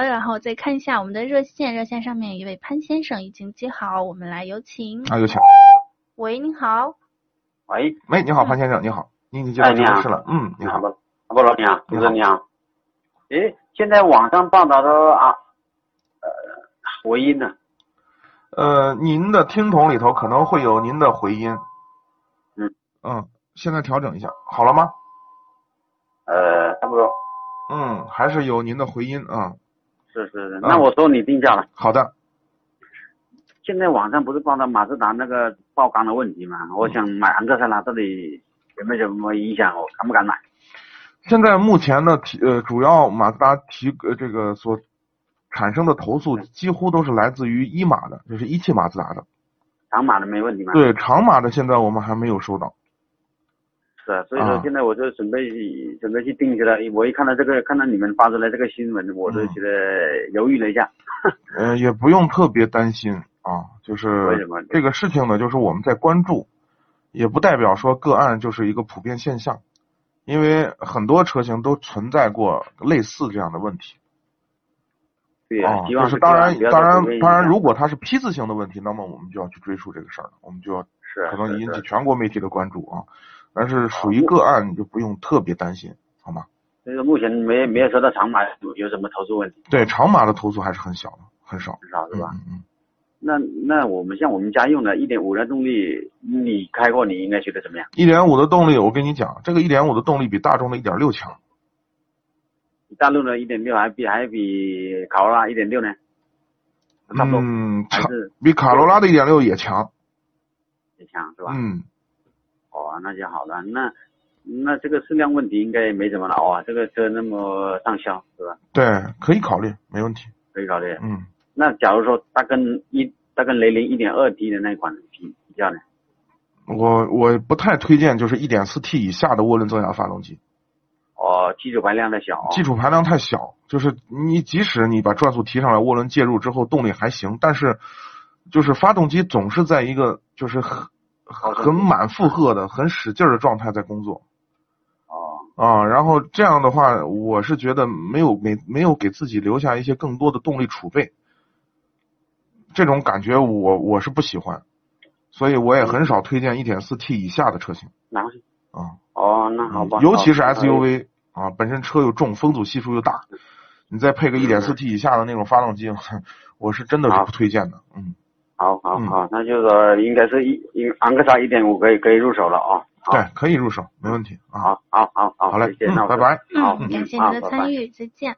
然后再看一下我们的热线，热线上面有一位潘先生已经接好，我们来有请。啊，有请。喂，您好。喂，喂，你好，潘先生，你好，你已经接嗯哎到直你好播室了。嗯，你好。波波罗，你好，你主好持人你好。诶，现在网上报道说啊，呃，回音呢，呃，您的听筒里头可能会有您的回音。嗯嗯，现在调整一下，好了吗？呃，差不多，嗯，还是有您的回音啊、嗯是是是。嗯那我说你定价了。好的，现在网上不是报道马自达那个爆缸的问题吗？嗯我想买昂克赛拉，到底有没有什么影响？我敢不敢买？现在目前呢，提呃，主要马自达提呃这个所产生的投诉几乎都是来自于一马的，就是一汽马自达的。长马的没问题吗？对，长马的现在我们还没有收到。是啊，所以说啊现在我就准备、准备去定去了。我一看到这个，看到你们发出来这个新闻，我就嗯觉得犹豫了一下。呃，也不用特别担心啊，就为什是么这个事情呢，就是我们在关注，也不代表说个案就是一个普遍现象，因为很多车型都存在过类似这样的问题对，啊。希望就是当然不要当不要然再当然，回如果它是批次性的问题，那么我们就要去追溯这个事儿了，我们就要应了是可能是引是起全国媒体的关注啊。但是属于个案，你就不用特别担心，好吗？就是目前没没有收到长马有有什么投诉问题，对，长马的投诉还是很小的，很少，很少是吧？嗯嗯那那我们像我们家用的一点五的动力，你开过，你应该觉得怎么样？一点五的动力，我跟你讲，这个一点五的动力比大众的一点六强。大陆的一点六还比还比卡罗拉一点六呢，差不多、嗯，还差是比卡罗拉的一点六也强。也强是吧？嗯，哦，那就好了。那那这个质量问题应该没什么了哦，这个车那么畅销是吧？对，可以考虑，没问题。可以考虑。嗯，那假如说它跟一它跟雷凌一点二 T 的那一款比比较呢？我我不太推荐就是一点四 T 以下的涡轮增压发动机，哦，基础排量的小、哦，基础排量太小，就是你即使你把转速提上来，涡轮介入之后动力还行，但是就是发动机总是在一个就是很高速很满负荷的、很使劲儿的状态在工作。哦，啊，然后这样的话，我是觉得没有没没有给自己留下一些更多的动力储备，这种感觉我我是不喜欢，所以我也很少推荐 1.4T 以下的车型然后啊，哦，那好吧，嗯尤其是好 SUV 啊，本身车又重，风阻系数又大，你再配个 1.4T 以下的那种发动机， 我是真的是好不推荐的，嗯，好好嗯好，那就是说应该是一应昂克萨一点五可以可以入手了啊。好对，，可以入手，没问题啊，好好好好，好嘞谢，谢，嗯那，我拜就拜。好嗯，感谢您的参与，再见。